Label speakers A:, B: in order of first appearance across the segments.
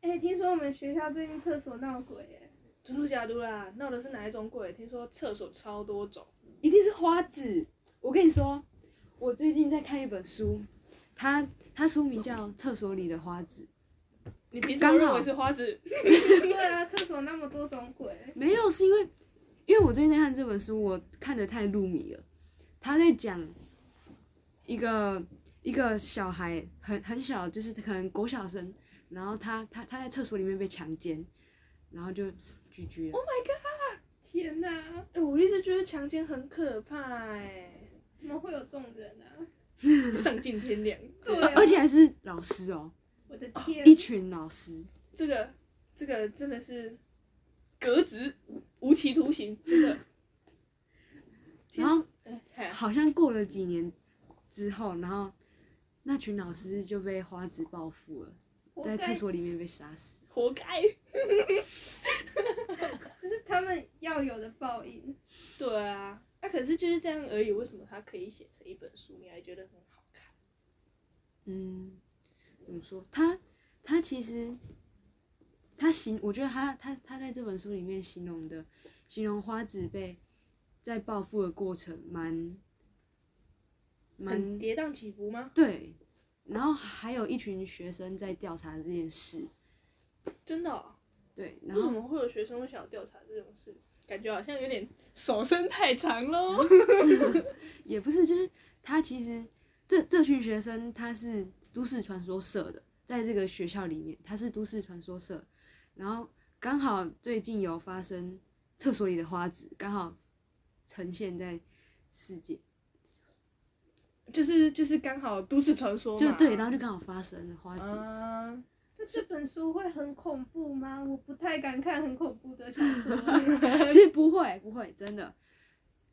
A: 哎说我们学校最近厕所闹鬼 耶，
B: 真的假的啦？啊闹的是哪一种鬼？听说厕所超多种。
C: 一定是花纸。我跟你说，我最近在看一本书，它它书名叫《厕所里的花纸》，
B: 你凭什
C: 刚
B: 么
C: 好
B: 认为是花子？
A: 对啊，厕所那么多种鬼，
C: 没有是因为，因为我最近在看这本书，我看的太入迷了。他在讲一个一个小孩很很小，就是可能国小生，然后他他他在厕所里面被强奸，然后就居居了。
A: 天哪，
B: 哎、我一直觉得强奸很可怕哎、
A: 怎么会有这种人啊？
B: 丧尽天良。
A: 对啊
C: 而而且还是老师哦，
A: 我的天，
C: 一群老师。
B: 这个这个真的是革职无期徒刑，真的。其实
C: 然后
B: 哎嘿
C: 好像过了几年之后，然后那群老师就被花子报复了，
A: 活
C: 在
A: 该
C: 厕所里面被杀死。
B: 活该。
A: 这是他们要有的报应。
B: 对啊，那、可是就是这样而已，为什么它可以写成一本书，你还觉得很好看？
C: 嗯，怎么说？他他其实他形，我觉得他他他在这本书里面形容的，形容花子被在报复的过程蛮
B: 很
C: 蛮
B: 跌宕起伏吗？
C: 对，然后还有一群学生在调查这件事，
B: 真的、哦？
C: 对，然
B: 为什
C: 后
B: 么会有学生会想要调查这种事？感觉好像有点手伸太长喽。
C: 也不是，就是他其实这这群学生他是都市传说社的，在这个学校里面他是都市传说社，然后刚好最近有发生厕所里的花子，刚好呈现在世界，
B: 就是就是刚好都市传说嘛
C: 就对，然后就刚好发生了花子，
B: 哦啊，
A: 那这本书会很恐怖吗？我不太敢看很恐怖的小说。
C: 其实不会不会真的，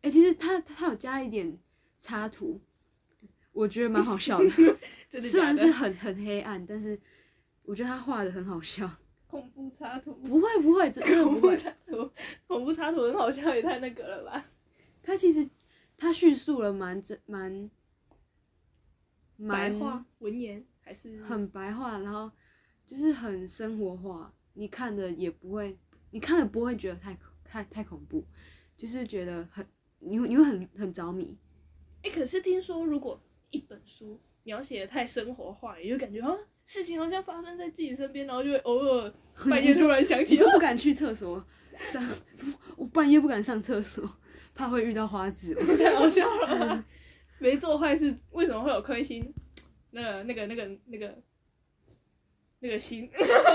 C: 哎、其实他他有加一点插图，我觉得蛮好笑的，
B: 真的
C: 虽
B: 假
C: 然是
B: 的？
C: 很很黑暗，但是我觉得他画的很好笑，
A: 恐怖插图，
C: 不会不会真的
B: 恐
C: 不
B: 怖
C: 会。
B: 插图，恐怖插图很好笑，也太那个了吧？
C: 他其实他叙述了蛮真蛮
B: 白
C: 蛮
B: 话文言还是
C: 很白话，然后就是很生活化，你看的也不会，你看了不会觉得太太太恐怖，就是觉得很你会你会很很着迷。
B: 哎、可是听说如果一本书描写的太生活化，你就感觉啊，事情好像发生在自己身边，然后就会偶尔半夜突然想
C: 你
B: 起，
C: 说不敢去厕所上， 我半夜不敢上厕所，怕会遇到花子。
B: 太好笑了吧。 没做坏事，为什么会有亏心？那个、那个、那个、那个、那个心？